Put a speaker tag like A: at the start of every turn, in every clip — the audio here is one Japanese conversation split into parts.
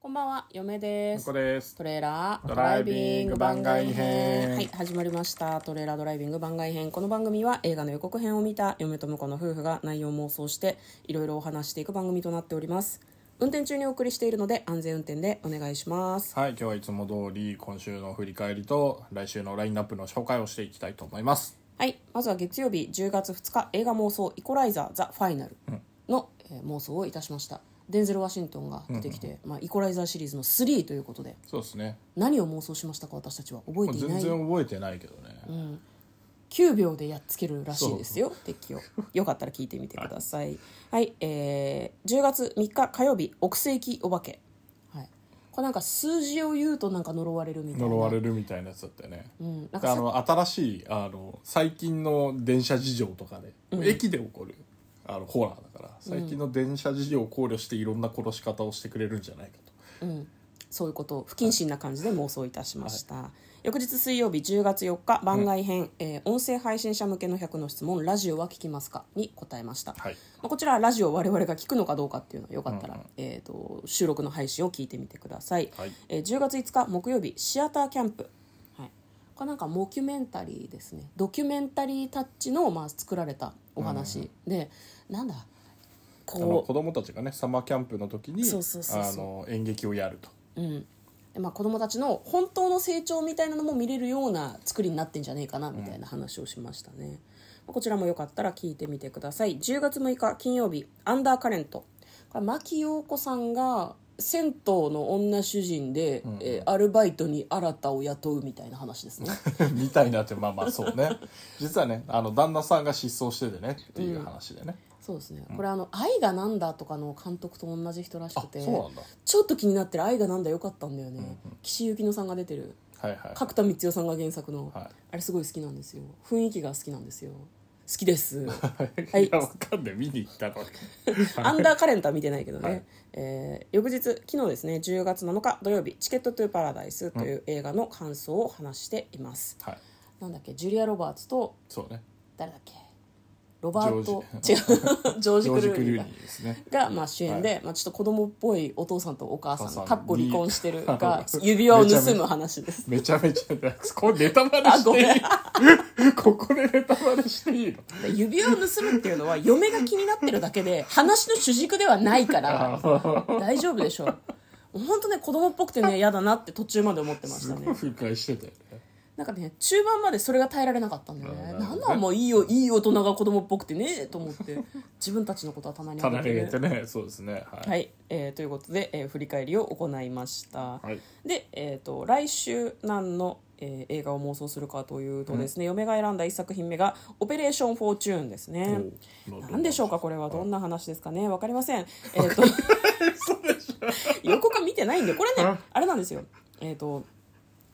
A: こんばんは、嫁で
B: こ
A: す
B: こ。です
A: トレーラード
B: ドライビング番外編
A: はい、始まりました。トレーラードライビング番外編。この番組は映画の予告編を見た嫁と婿の夫婦が内容妄想していろいろお話していく番組となっております。運転中にお送りしているので安全運転でお願いします。
B: はい今日はいつも通り今週の振り返りと来週のラインナップの紹介をしていきたいと思います
A: はい、まずは月曜日10月2日映画妄想イコライザーザ・ファイナルの、えー妄想をいたしました。デンゼル・ワシントンが出てきて、まあ、イコライザーシリーズの3ということで
B: そうですね
A: 何を妄想しましたか私たちは覚え
B: もう
A: てい
B: 全
A: ない
B: 然覚えてないけどね、
A: 9秒でやっつけるらしいですよ敵をよかったら聞いてみてくださいはい、えー、10月3日火曜日奥世紀お化け、はい、これなんか数字を言うとなんか呪われるみたいな
B: 呪われるみたいなやつだったよね、
A: んなんか
B: あの新しいあの最近の電車事情とかで、駅で起こるあのホラーだから最近の電車事情を考慮していろんな殺し方をしてくれるんじゃないかと、
A: そういうことを不謹慎な感じで妄想いたしました、翌日水曜日10月4日番外編、えー音声配信者向けの100の質問「ラジオは聞きますか?」に答えました、
B: はい
A: まあ、こちらはラジオを我々が聞くのかどうかっていうのはよかったら、えー、と収録の配信を聞いてみてください、
B: はい
A: えー10月5日木曜日シアターキャンプ、はい、これなんかモキュメンタリーですねドキュメンタリータッチの、まあ、作られたお話、でなんだ
B: あの
A: こ
B: 子供たちがねサマーキャンプの時に
A: そうそうそうそう
B: あの演劇をやると
A: う、うんでまあ、子供たちの本当の成長みたいなのも見れるような作りになってんじゃねえかなみたいな話をしましたね、まあこちらもよかったら聞いてみてください10月6日金曜日「アンダーカレント」これ牧陽子さんが銭湯の女主人で、えーアルバイトに新たを雇うみたいな話 ですね
B: みたいなってまあまあそうね実はねあの旦那さんが失踪しててねっていう話でね、
A: そうですね、これあの「愛がなんだ」とかの監督と同じ人らしくて
B: あそうなんだ
A: ちょっと気になってる「愛がなんだ」よかったんだよね、岸由紀乃さんが出てる
B: はいはい
A: 角田光代さんが原作の、
B: はい、
A: あれすごい好きなんですよ雰囲気が好きなんですよ好きです はいい
B: やわかんない見に行ったの
A: アンダーカレントは見てないけどね、
B: はい
A: えー翌日昨日ですね10月7日土曜日「チケット・トゥ・パラダイス」という映画の感想を話しています、
B: はい
A: なんだっけジュリア・ロバーツと
B: そうね
A: 誰だっけロバート
B: ジ
A: 違うジ ョー
B: ジ
A: ジ・
B: ョー
A: ク
B: ジ・
A: ル
B: ク
A: ーニー
B: ルー
A: だ
B: ニーですね
A: が、まあ、主演で、まあ、ちょっと子供っぽいお父さんとお母
B: お母
A: さ
B: さ
A: ん
B: ん
A: かっこ離婚してる
B: に
A: が
B: あの
A: 指輪を盗む話です
B: めちゃめちゃこれネタバレ
A: あ
B: し
A: ごめん
B: ていい ここでネタバレしていいの
A: で 指輪を盗むっていうのは嫁が気になってるだけで話の主軸ではないから大丈夫でしょう本当ね子供っぽくてね嫌だなって途中まで思ってまし
B: す
A: た
B: ごい
A: ね
B: 不快してたよね
A: なんかね中盤までそれが耐えられなかったんだよ
B: な
A: ね
B: るほど
A: なんだもういいよいい大人が子供っぽくてねと思って自分たちのことは棚に
B: 棚に
A: て
B: 上
A: ね
B: げてねそうですねはい、
A: はい、えーということで、えー振り返りを行いました、
B: はい
A: で、えー、と来週何の、えー映画を妄想するかというとですね、嫁が選んだ1作品目が「オペレーション・フォーチューン」ですね
B: おう
A: 何でしょうかこれはどんな話ですかねわかりません、えー、と 予告は見てないんでこれねあれなんですよえっ、と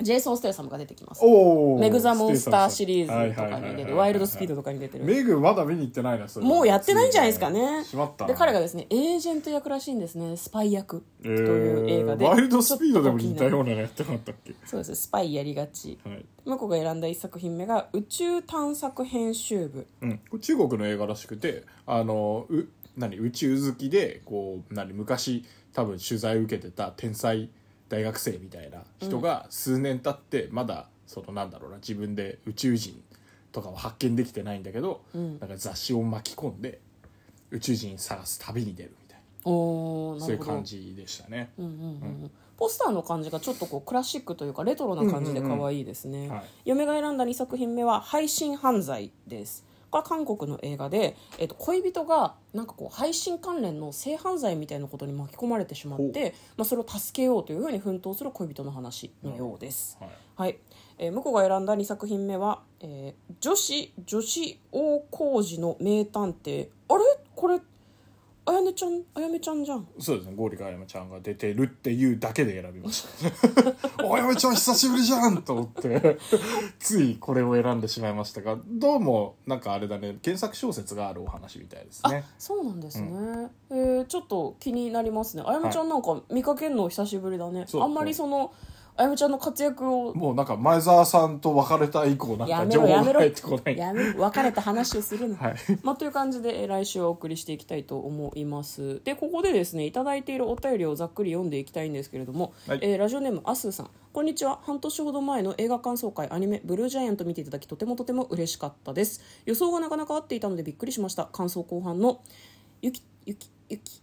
A: ジェイソン・ステイサムが出てきます
B: お
A: メグ・ザ・モンスターシリーズと
B: はい
A: か
B: はい
A: に
B: は
A: 出
B: いはい
A: てるワイルド・スピードとかに出てる
B: メグまだ見に行ってないなそれ
A: もうやってないんじゃないですかね。
B: しまったな
A: で、彼がですね、エージェント役らしいんですね。スパイ役という映画で。
B: えーワイルドスピードでも似たよ
A: う
B: うなのやってなかったっけ、
A: そうです、スパイやりがち。
B: はい
A: 向こうが選んだ一作品目が、宇宙探索編集部。
B: うん、これ中国の映画らしくてあのう何宇宙好きでこう何昔多分取材受けてた天才大学生みたいな人が数年経ってまだそのなんだろうな自分で宇宙人とかを発見できてないんだけど、
A: ん
B: なんか雑誌を巻き込んで宇宙人探す旅に出るみたい
A: おー、
B: な
A: な
B: そうい
A: る
B: う
A: ほど。
B: 感じでしたね。
A: うんうんうんうんポスターの感じがちょっとこうクラシックというかレトロな感じで可愛いですね、
B: んはい
A: 嫁が選んだ2作品目は「配信犯罪」ですこれは韓国の映画で、えっと恋人がなんかこう配信関連の性犯罪みたいなことに巻き込まれてしまって、まあ、それを助けようというふうに奮闘する恋人の話のようです、
B: はい
A: はいえー向こうが選んだ2作品目は「えー女子女子大工事の名探偵」あれこれあやねちゃんあやめちゃんじゃん
B: そうですね、ゴーリカヤマちゃんが出てるっていうだけで選びま した。おやめちゃん久しぶりじゃんと思って、ついこれを選んでしまいましたが、どうもなんかあれだね、検索小説があるお話みたいですね。
A: そうなんですね、えーちょっと気になりますねあやめちゃんなんか見かけるの久しぶりだね、
B: そう
A: あんまりそのあやめちゃんの活躍を
B: もうなんか前澤さんと別れた以降なん
A: や
B: か
A: め
B: 情
A: ろ
B: 報
A: や
B: が
A: めろ
B: 入ってこない
A: やめろ別れた話をするの、
B: はい
A: まあ、という感じでえー来週はお送りしていきたいと思いますでここでですねいただいているお便りをざっくり読んでいきたいんですけれども、
B: はい
A: えーラジオネームあすーさんこんにちは半年ほど前の映画感想会アニメ「ブルージャイアント」見ていただきとてもとても嬉しかったです予想がなかなか合っていたのでびっくりしました感想後半の「ゆきゆきゆき」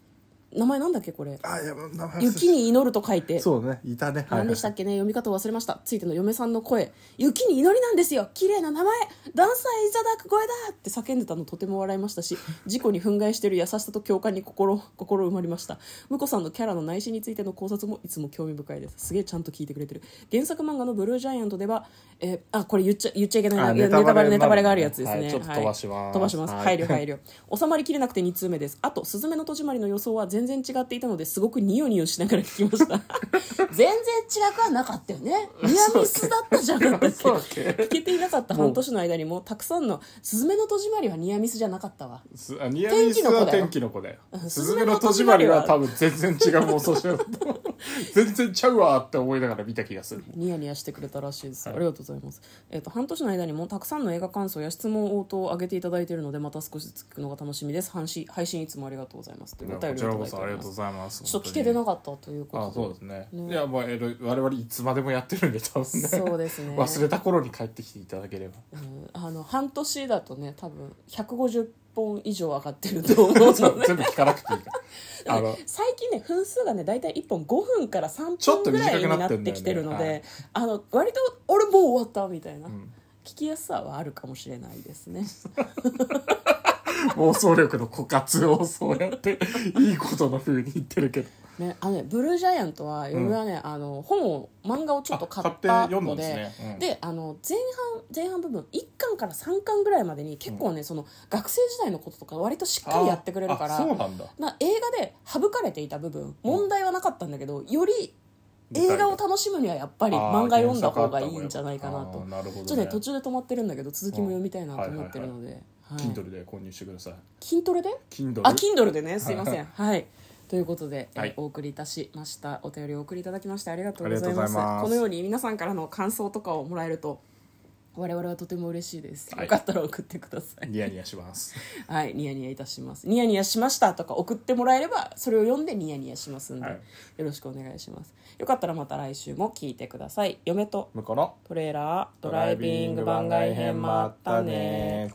A: 名前なんだっけこれ
B: あいや名
A: 「
B: 前
A: 雪に祈る」と書いて
B: そうねいたねはい
A: 何でしたっけね読み方忘れましたついての嫁さんの声「雪に祈りなんですよ綺麗な名前ダンサーいただく声だ!」って叫んでたのとても笑いましたし事故に憤慨してる優しさと共感に心心埋まりました婿さんのキャラの内心についての考察もいつも興味深いですすげえちゃんと聞いてくれてる原作漫画の「ブルージャイアント」では、えーあこれ言っちゃ言っちゃいけない
B: あ
A: なネ
B: ネ
A: タ
B: タ
A: バ
B: バ
A: レ
B: レ
A: ネタバレがあるやつですね、
B: はいちょっと飛ばします
A: はい飛ばします、
B: はい
A: 配慮配慮収まりきれなくて2通目ですあと「すずめの戸締まり」の予想は全然違っていたのですごくニヨニヨしながら聞きました全 然違くはなかったよねニアミスだったじゃんだっけ
B: そうだっけ
A: 聞けていなかった半年の間にもたくさんの「すずめの戸締まり」はニアミスじゃなかったわ
B: すあニアミスは天
A: 天
B: 気
A: 気
B: の子だよ
A: ん。
B: スズメの戸締まりは多分全然違う妄想しようと。全然ちゃうわーって思いながら見た気がする。
A: ニヤニヤしてくれたらしいです、ありがとうございます、えっと半年の間にもたくさんの映画感想や質問応答を上げていただいているのでまた少しずつ聞くのが楽しみです配信配信いつもありがとうございますというお
B: こ
A: 便り
B: ち
A: を
B: ら
A: いただ
B: こ
A: いて
B: そあ
A: お
B: り
A: りま
B: がとうご
A: す
B: ざいます。
A: ちょっと聞けてなかったということで
B: あそうですね。いや、まあ、えろ我々いつまでもやってるんで、多分ね。
A: そうですね
B: 忘れた頃に帰ってきていただければ。
A: うんあの半年だとね多分150本以上上がってると思うので
B: 全部聞かなくていい から。 あの、
A: 最近ね分数がね大体1本5分から
B: ちょ
A: 3
B: っと
A: 分ぐらい
B: 短く
A: に
B: な
A: な
B: っ
A: って
B: んだ
A: て
B: よね
A: きてるので、
B: はい
A: あの割と「俺もう終わった」みたいな、
B: ん
A: 聞きやすさはあるかもしれないですね
B: 妄想力の枯渇をそうやって、いいことの風に言ってるけど。
A: ねあのねブルージャイアントは嫁はね、あの本を漫画をちょっと買っ
B: あ買
A: た
B: って読んだ
A: の
B: んで
A: ですで,、
B: ねうん
A: あの前半前半部分1巻から3巻ぐらいまでに結構ね、その学生時代のこととか割としっかりやってくれるから
B: あそうなんだ。
A: な映画で省かれていた部分問題はなかったんだけど、より映画を楽しむにはやっぱり
B: あー
A: 漫画読んだ方がいいんじゃないかなと
B: あーなるほどね
A: ちょっとね途中で止まってるんだけど続きも読みたいなと思ってるので、はい
B: Kindle で購入してください。
A: 筋トレで
B: Kindle。
A: あ Kindle でねすいませんはいということで、えー
B: はい
A: お送りいたしましたお便りをお送りいただきましてありがとうござい
B: ありがとうご
A: ま
B: ざ
A: す
B: います
A: このように皆さんからの感想とかをもらえると我々はとても嬉しいです、
B: はい
A: よかったら送ってください
B: ニヤニヤします。
A: はい、ニヤニヤいたします。ニヤニヤしましたとか送ってもらえれば、それを読んでニヤニヤしますんで、
B: はい
A: よろしくお願いします。よかったらまた来週も聞いてください。嫁と
B: 向こうの
A: トレーラードライビング番外編もあったね